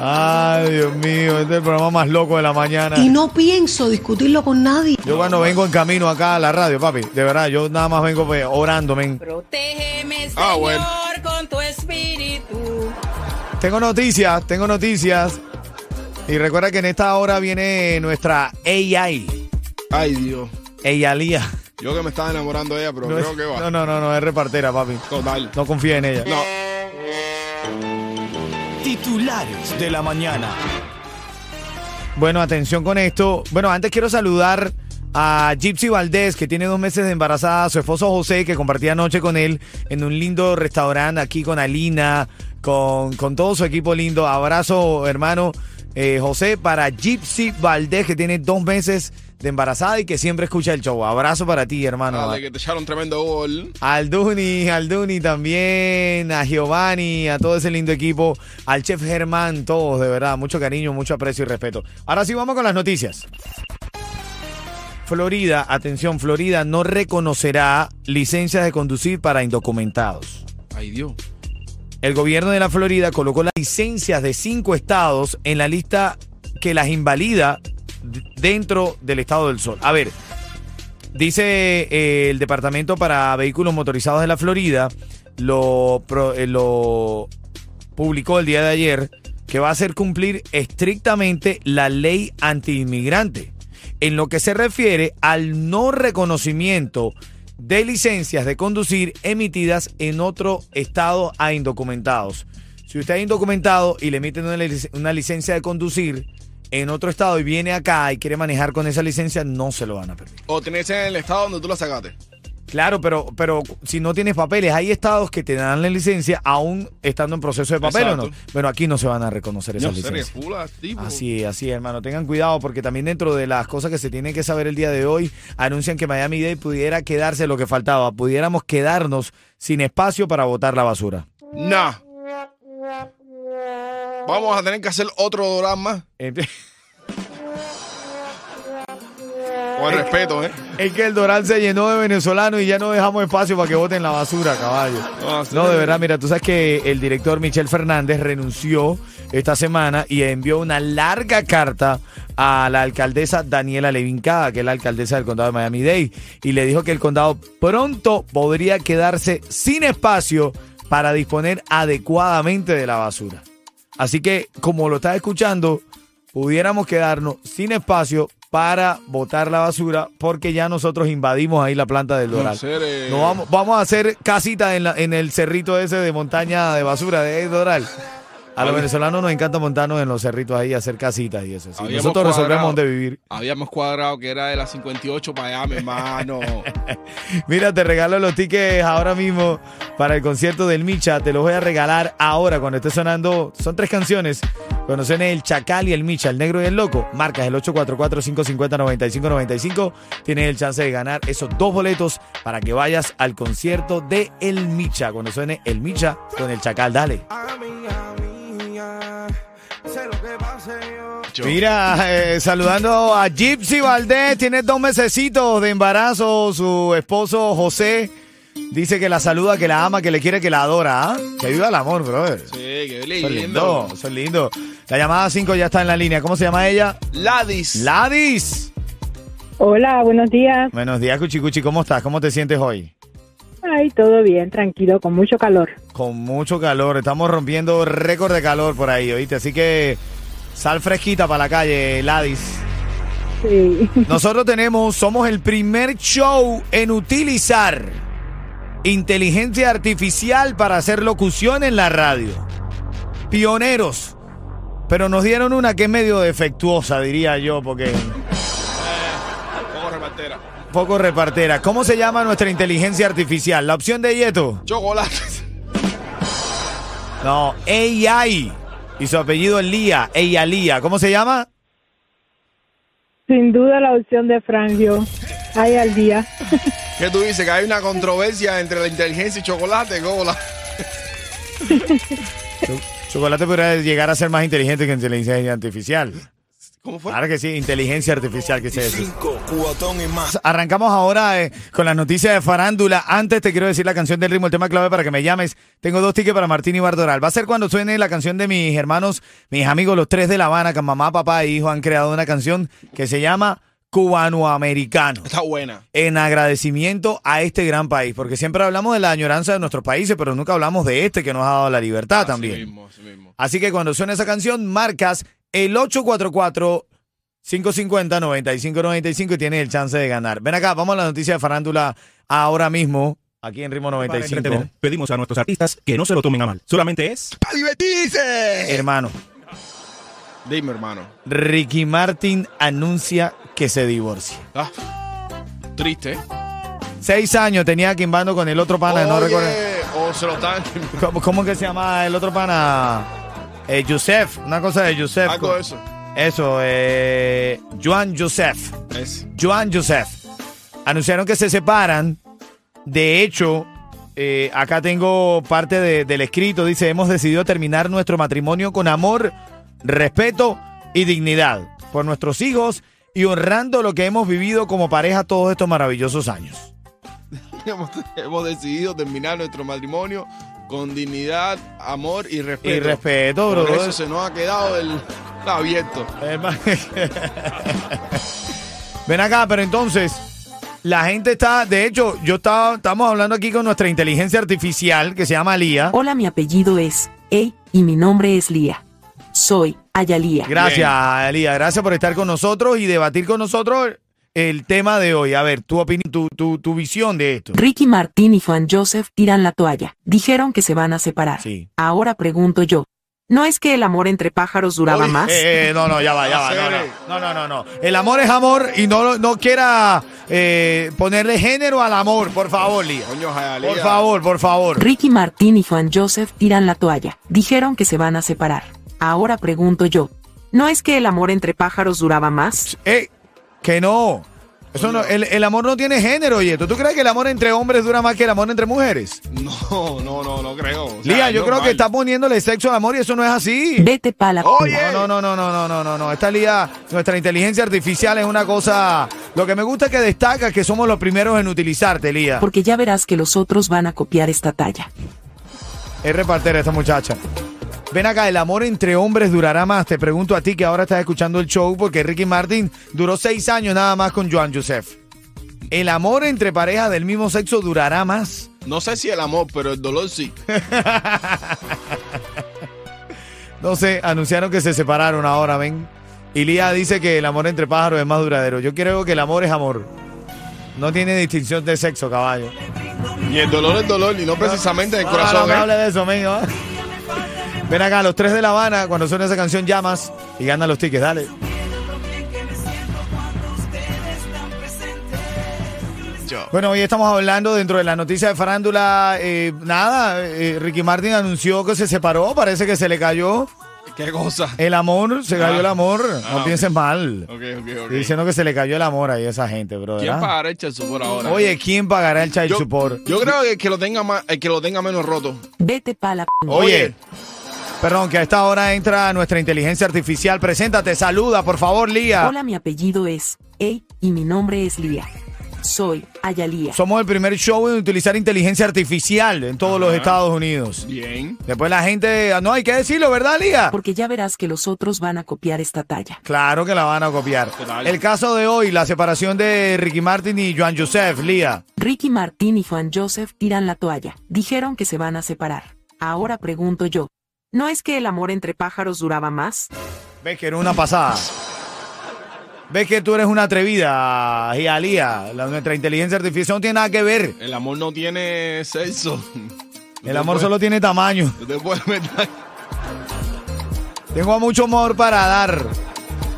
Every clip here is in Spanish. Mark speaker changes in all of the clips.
Speaker 1: Ay, Dios mío, este es el programa más loco de la mañana.
Speaker 2: Y no pienso discutirlo con nadie.
Speaker 1: Yo cuando vengo en camino acá a la radio, papi, de verdad, yo nada más vengo pues, orando, men.
Speaker 3: Protégeme, Señor,
Speaker 4: Ah, bueno.
Speaker 3: con tu espíritu.
Speaker 1: Tengo noticias, tengo noticias. Y recuerda que en esta hora viene nuestra AI,
Speaker 5: Ay, Dios.
Speaker 1: Eyalía.
Speaker 5: Yo que me estaba enamorando de ella, pero
Speaker 1: No,
Speaker 5: creo que va.
Speaker 1: no, no, no, no, es repartera, papi.
Speaker 5: Total.
Speaker 1: No confía en ella.
Speaker 5: No.
Speaker 6: Titulares de la Mañana.
Speaker 1: Bueno, atención con esto. Bueno, antes quiero saludar a Gypsy Valdés, que tiene dos meses de embarazada, a su esposo José, que compartía noche con él en un lindo restaurante aquí con Alina, con, con todo su equipo lindo. Abrazo, hermano eh, José, para Gypsy Valdés, que tiene dos meses de embarazada y que siempre escucha el show. Abrazo para ti, hermano.
Speaker 5: Dale, que te echaron tremendo gol.
Speaker 1: Al Duni, al Duni también, a Giovanni, a todo ese lindo equipo, al chef Germán, todos, de verdad, mucho cariño, mucho aprecio y respeto. Ahora sí, vamos con las noticias. Florida, atención, Florida no reconocerá licencias de conducir para indocumentados.
Speaker 5: Ay, Dios.
Speaker 1: El gobierno de la Florida colocó las licencias de cinco estados en la lista que las invalida d- dentro del estado del sol. A ver, dice eh, el Departamento para Vehículos Motorizados de la Florida, lo, pro- eh, lo publicó el día de ayer, que va a hacer cumplir estrictamente la ley antiinmigrante en lo que se refiere al no reconocimiento de licencias de conducir emitidas en otro estado a indocumentados. Si usted es indocumentado y le emiten una, lic- una licencia de conducir en otro estado y viene acá y quiere manejar con esa licencia, no se lo van a permitir.
Speaker 5: O tenés en el estado donde tú la sacaste.
Speaker 1: Claro, pero, pero si no tienes papeles, hay estados que te dan la licencia aún estando en proceso de papel o no.
Speaker 5: Exacto.
Speaker 1: Bueno, aquí no se van a reconocer esas
Speaker 5: se
Speaker 1: licencias.
Speaker 5: refula, ah, tipo.
Speaker 1: Así, es, así, es, hermano. Tengan cuidado porque también dentro de las cosas que se tienen que saber el día de hoy, anuncian que Miami Dade pudiera quedarse lo que faltaba. Pudiéramos quedarnos sin espacio para botar la basura.
Speaker 5: Nah. Vamos a tener que hacer otro drama.
Speaker 1: Ent-
Speaker 5: Con el respeto, ¿eh?
Speaker 1: Es que el Doral se llenó de venezolanos y ya no dejamos espacio para que boten la basura, caballo.
Speaker 5: No, sí.
Speaker 1: No, de verdad, mira, tú sabes que el director Michel Fernández renunció esta semana y envió una larga carta a la alcaldesa Daniela Levincada, que es la alcaldesa del condado de Miami-Dade, y le dijo que el condado pronto podría quedarse sin espacio para disponer adecuadamente de la basura. Así que, como lo estás escuchando, pudiéramos quedarnos sin espacio para botar la basura porque ya nosotros invadimos ahí la planta del Doral.
Speaker 5: serio.
Speaker 1: Nos vamos, vamos a hacer casita en, la- en el cerrito ese de montaña de basura de Doral. A los venezolanos nos encanta montarnos en los cerritos ahí, hacer casitas y eso. sí.
Speaker 5: Habíamos
Speaker 1: Nosotros resolvemos
Speaker 5: cuadrado.
Speaker 1: dónde vivir.
Speaker 5: Habíamos cuadrado que era de la 58 para allá, mi hermano.
Speaker 1: Mira, te regalo los tickets ahora mismo para el concierto del Micha. Te los voy a regalar ahora cuando esté sonando. Son tres canciones. Cuando suene el Chacal y el Micha, el Negro y el Loco, marcas el 844-550-9595. Tienes el chance de ganar esos dos boletos para que vayas al concierto de El Micha. Cuando suene el Micha con el Chacal, dale.
Speaker 5: Yo-
Speaker 1: Mira, eh, saludando a Gypsy Valdés, tiene dos mesecitos de embarazo, su esposo José dice que la saluda, que la ama, que le quiere, que la adora, ¿ah? Que viva el amor, brother.
Speaker 5: Sí, qué
Speaker 1: Eso es
Speaker 5: lindo.
Speaker 1: lindo, eso es lindo. La llamada 5 ya está en la línea, ¿cómo se llama ella?
Speaker 5: Ladis.
Speaker 1: Ladis.
Speaker 7: Hola, buenos días.
Speaker 1: Buenos días, Cuchicuchi, ¿cómo estás? ¿Cómo te sientes hoy?
Speaker 7: Ay, todo bien, tranquilo, con mucho calor.
Speaker 1: Con mucho calor, estamos rompiendo récord de calor por ahí, oíste, así que sal fresquita para la calle, Ladis.
Speaker 7: Sí.
Speaker 1: Nosotros tenemos, somos el primer show en utilizar inteligencia artificial para hacer locución en la radio. Pioneros. Pero nos dieron una que es medio defectuosa, diría yo, porque
Speaker 5: Como repartera.
Speaker 1: poco repartera. ¿Cómo se llama nuestra inteligencia artificial? La opción de Yeto.
Speaker 5: Chocolates.
Speaker 1: No, AI. Y su apellido es Lía, ella Lía. ¿Cómo se llama?
Speaker 7: Sin duda la opción de Frangio. Ay, al día.
Speaker 5: ¿Qué tú dices? Que hay una controversia entre la inteligencia y chocolate. ¿Cómo la-
Speaker 1: Chocolate podría llegar a ser más inteligente que inteligencia artificial.
Speaker 5: ¿Cómo fue?
Speaker 1: Claro que sí, inteligencia artificial, que se dice.
Speaker 4: Cinco, cubatón y más.
Speaker 1: Arrancamos ahora eh, con las noticias de farándula. Antes te quiero decir la canción del ritmo, el tema clave para que me llames. Tengo dos tickets para Martín y Bardoral. Va a ser cuando suene la canción de mis hermanos, mis amigos, los tres de La Habana, que mamá, papá e hijo han creado una canción que se llama Cubanoamericano
Speaker 5: Está buena.
Speaker 1: en agradecimiento a este gran país, porque siempre hablamos de la añoranza de nuestros países, pero nunca hablamos de este que nos ha dado la libertad
Speaker 5: Así
Speaker 1: también.
Speaker 5: mismo, así mismo.
Speaker 1: Así que cuando suene esa canción, marcas el 844-550-9595 y tienes el chance de ganar. Ven acá, vamos a la noticia de farándula ahora mismo, aquí en Ritmo
Speaker 8: Para
Speaker 1: 95.
Speaker 8: entretener, Pedimos a nuestros artistas que no se lo tomen a mal. Solamente es
Speaker 5: ¡Para divertirse!
Speaker 1: Hermano,
Speaker 5: Eh, Dime, hermano.
Speaker 1: Ricky Martin anuncia que se divorcia.
Speaker 5: Ah, triste.
Speaker 1: Seis años tenía quimbando con el otro pana, no
Speaker 5: Oye,
Speaker 1: recuerdo.
Speaker 5: O se lo están...
Speaker 1: ¿Cómo, cómo que se llama el otro pana? Eh, Joseph, una cosa de Joseph.
Speaker 5: Algo de eso.
Speaker 1: Eso, eh, Joan Joseph.
Speaker 5: Es.
Speaker 1: Joan Joseph. Anunciaron que se separan. De hecho, eh, acá tengo parte de- del escrito. Dice, hemos decidido terminar nuestro matrimonio con amor, respeto y dignidad por nuestros hijos y honrando lo que hemos vivido como pareja todos estos maravillosos años.
Speaker 5: Hemos, hemos decidido terminar nuestro matrimonio con dignidad, amor y respeto.
Speaker 1: Y respeto,
Speaker 5: Por
Speaker 1: bro.
Speaker 5: eso se nos ha quedado el abierto.
Speaker 1: Eh, ma- Ven acá, pero entonces, la gente está, de hecho, yo estaba, estamos hablando aquí con nuestra inteligencia artificial que se llama Lía.
Speaker 9: Hola, mi apellido es E y mi nombre es Lía. Soy Ayalía.
Speaker 1: Gracias, Lía, gracias por estar con nosotros y debatir con nosotros el tema de hoy. A ver, tu opinión, tu, tu, tu visión de esto.
Speaker 9: Ricky Martín y Juan Joseph tiran la toalla. Dijeron que se van a separar.
Speaker 1: Sí.
Speaker 9: Ahora pregunto yo. ¿No es que el amor entre pájaros duraba más?
Speaker 1: Eh, eh, no, no, ya va, ya va. No, no, no, no, no, no. El amor es amor y no, no quiera eh, ponerle género al amor, por favor, Lía.
Speaker 5: Coño, Jayalía.
Speaker 1: Por favor, por favor.
Speaker 9: Ricky Martín y Juan Joseph tiran la toalla. Dijeron que se van a separar. Ahora pregunto yo. ¿No es que el amor entre pájaros duraba más?
Speaker 1: Eh, que no. Eso no el, el amor no tiene género, y esto. ¿Tú crees que el amor entre hombres dura más que el amor entre mujeres?
Speaker 5: No, no, no, no creo. O sea,
Speaker 1: Lía,
Speaker 5: es
Speaker 1: yo creo que
Speaker 5: normal.
Speaker 1: está poniéndole sexo al amor y eso no es así.
Speaker 9: Vete pa' la...
Speaker 5: Oye.
Speaker 1: No, no, no, no, no, no, no, no. Esta Lía, nuestra inteligencia artificial es una cosa. Lo que me gusta es que destaca es que somos los primeros en utilizarte, Lía.
Speaker 9: Porque ya verás que los otros van a copiar esta talla.
Speaker 1: Es repartera esta muchacha. Ven acá, el amor entre hombres durará más. Te pregunto a ti que ahora estás escuchando el show porque Ricky Martin duró seis años nada más con Joan Joseph. El amor entre parejas del mismo sexo durará más.
Speaker 5: No sé si el amor, pero el dolor sí.
Speaker 1: No sé, anunciaron que se separaron ahora, ven. Y Lía dice que el amor entre pájaros es más duradero. Yo creo que el amor es amor. No tiene distinción de sexo, caballo.
Speaker 5: Y el dolor es dolor, y no precisamente del
Speaker 1: No,
Speaker 5: corazón.
Speaker 1: no me
Speaker 5: ¿eh?
Speaker 1: hable de eso, amigo. Ven acá, los tres de La Habana, cuando suena esa canción, llamas y ganas los tickets, dale. Bueno, hoy estamos hablando dentro de la noticia de farándula. eh, nada, eh, Ricky Martin anunció que se separó, parece que se le cayó
Speaker 5: ¿Qué cosa?
Speaker 1: el amor, se cayó el amor.
Speaker 5: Ah,
Speaker 1: no
Speaker 5: ok.
Speaker 1: pienses mal.
Speaker 5: Ok, ok, ok.
Speaker 1: Diciendo que se le cayó el amor ahí a esa gente, bro.
Speaker 5: ¿Quién pagará el chasupor ahora?
Speaker 1: Oye, ¿quién pagará el child
Speaker 5: yo,
Speaker 1: support?
Speaker 5: yo creo que el que lo tenga más, el que lo tenga menos roto.
Speaker 9: Vete pa' la...
Speaker 1: Oye.
Speaker 5: Oye.
Speaker 1: Perdón, que a esta hora entra nuestra inteligencia artificial. Preséntate, saluda, por favor, Lía.
Speaker 9: Hola, mi apellido es E y mi nombre es Lía. Soy Ayalía.
Speaker 1: Somos el primer show en utilizar inteligencia artificial en todos los Estados Unidos.
Speaker 5: Bien.
Speaker 1: Después la gente, ah, no hay que decirlo, ¿verdad, Lía?
Speaker 9: Porque ya verás que los otros van a copiar esta talla.
Speaker 1: Claro que la van a copiar.
Speaker 5: Ah, Total.
Speaker 1: El caso de hoy, la separación de Ricky Martin y Joan Joseph, Lía.
Speaker 9: Ricky Martín y Juan Joseph tiran la toalla. Dijeron que se van a separar. Ahora pregunto yo. ¿No es que el amor entre pájaros duraba más?
Speaker 1: Ves que era una pasada. Ves que tú eres una atrevida, Gia, Lía. La- nuestra inteligencia artificial no tiene nada que ver.
Speaker 5: El amor no tiene sexo.
Speaker 1: El
Speaker 5: Pues.
Speaker 1: amor solo tiene tamaño.
Speaker 5: No te puedes meter.
Speaker 1: Tengo mucho amor para dar.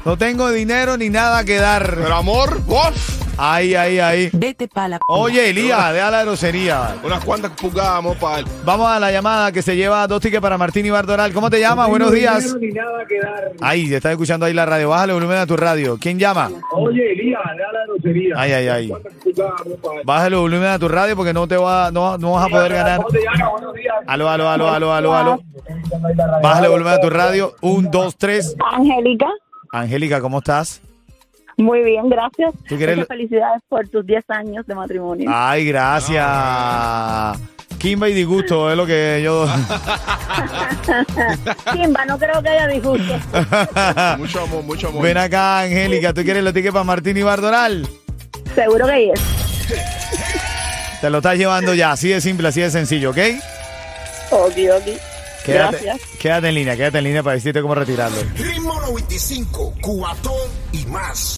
Speaker 1: No tengo dinero ni nada que dar.
Speaker 5: Pero amor, ¡uf!
Speaker 1: Ay, ay, ay.
Speaker 9: Vete pa' la...
Speaker 1: Oye, Elías, deja la grosería.
Speaker 5: Unas cuantas pulgadas, amor, para él.
Speaker 1: Vamos a la llamada que se lleva dos tickets para Martín y Bardoral. ¿Cómo te llamas? Buenos días. Ay, te estás escuchando ahí la radio. Bájale volumen a tu radio. ¿Quién llama?
Speaker 10: Oye, Elías, dale a los
Speaker 1: Ay, ay, ay. Bájale el volumen a tu radio porque no te va, no, no vas a poder ganar. Aló, aló, aló, aló, aló, aló. Bájale el volumen a tu radio. Un, dos, tres.
Speaker 10: Angélica,
Speaker 1: Angélica, ¿cómo estás?
Speaker 10: muy bien, gracias.
Speaker 1: ¿Tú quieres
Speaker 10: Muchas
Speaker 1: lo-
Speaker 10: Felicidades por tus 10 años de matrimonio.
Speaker 1: Ay, gracias. Kimba y disgusto es lo que yo.
Speaker 10: Simba, no creo que haya disgusto.
Speaker 1: Ah.
Speaker 5: Mucho amor, mucho amor.
Speaker 1: Ven acá, Angélica. ¿Tú quieres los tickets para Martín y Bardonal?
Speaker 10: Seguro que es.
Speaker 1: Te lo estás llevando ya. Así de simple, así de sencillo, ¿ok?
Speaker 10: Oki, oki.
Speaker 1: Quédate,
Speaker 10: Gracias.
Speaker 1: quédate en línea, quédate en línea para decirte cómo retirarlo.
Speaker 4: Ritmo 95, Cubatón y más.